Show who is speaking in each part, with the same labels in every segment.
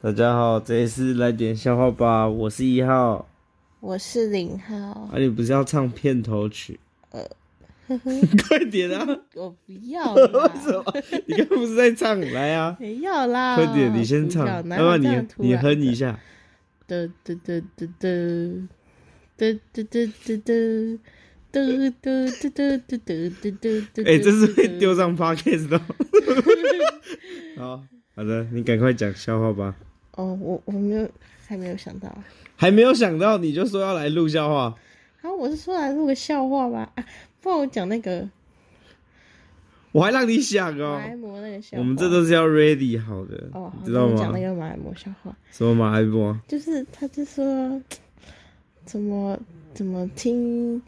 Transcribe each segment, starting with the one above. Speaker 1: 大家好，这一次来点笑话吧，我是一号。
Speaker 2: 我是零号
Speaker 1: 啊，，你不是要唱片头 曲？快点啊！
Speaker 2: 我不要
Speaker 1: 为什
Speaker 2: 啦，
Speaker 1: 么？你刚不是在唱？来 啊，
Speaker 2: 没有啦，
Speaker 1: 快点，你先
Speaker 2: 不
Speaker 1: 唱
Speaker 2: 要，哪
Speaker 1: 要啊不
Speaker 2: 有
Speaker 1: 然
Speaker 2: 这样
Speaker 1: 你
Speaker 2: 突
Speaker 1: 你
Speaker 2: 然的
Speaker 1: 哼一，下。
Speaker 2: 嘟嘟嘟嘟嘟，嘟嘟嘟嘟嘟。嘟嘟嘟嘟嘟嘟嘟嘟嘟！
Speaker 1: 哎、这是会
Speaker 2: 嘟
Speaker 1: 丢上 podcast 的哦。哦 好好的，你赶快讲笑话吧。
Speaker 2: 哦，我我没有还没有想到啊，
Speaker 1: 还没有想到你就说要来录笑话，
Speaker 2: 啊，我是说来录个笑话吧，啊，不然我讲那个
Speaker 1: 我还让你想
Speaker 2: 马
Speaker 1: 哦。
Speaker 2: 来貘那个笑话。
Speaker 1: 我们这都是要 ready 好的，
Speaker 2: 哦，好
Speaker 1: 你知道
Speaker 2: 那我讲
Speaker 1: 吗
Speaker 2: 那？个马来貘笑话，
Speaker 1: 什么马来波？
Speaker 2: 就是他就说，怎么怎么听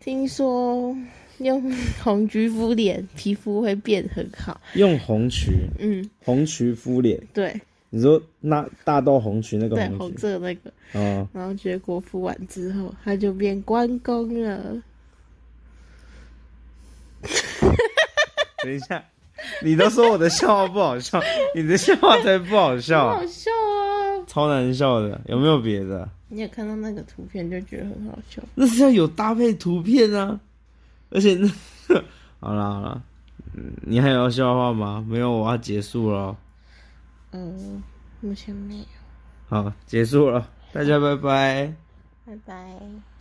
Speaker 2: 听说用 红橘敷脸皮肤会变很好，
Speaker 1: 用红曲，
Speaker 2: 嗯，
Speaker 1: 红曲敷脸。
Speaker 2: 对
Speaker 1: 你说那大豆红曲那个
Speaker 2: 对，
Speaker 1: 红
Speaker 2: 红
Speaker 1: 曲
Speaker 2: 色那个，
Speaker 1: 哦，
Speaker 2: 然后结果敷完之后他就变关公了，
Speaker 1: 等一下，你都说我的笑话不好笑， 你的笑话才不好笑
Speaker 2: 好
Speaker 1: 啊
Speaker 2: 好，笑啊！
Speaker 1: 超难笑的。有没有别的？
Speaker 2: 你也看到那个图片就觉得很好笑，
Speaker 1: 那是要有搭配图片啊，而且 那好啦好啦，嗯，你还有笑话吗？没有，我要结束了哦。
Speaker 2: 嗯，目前没有，
Speaker 1: 好，结束了，大家拜拜。
Speaker 2: 拜拜。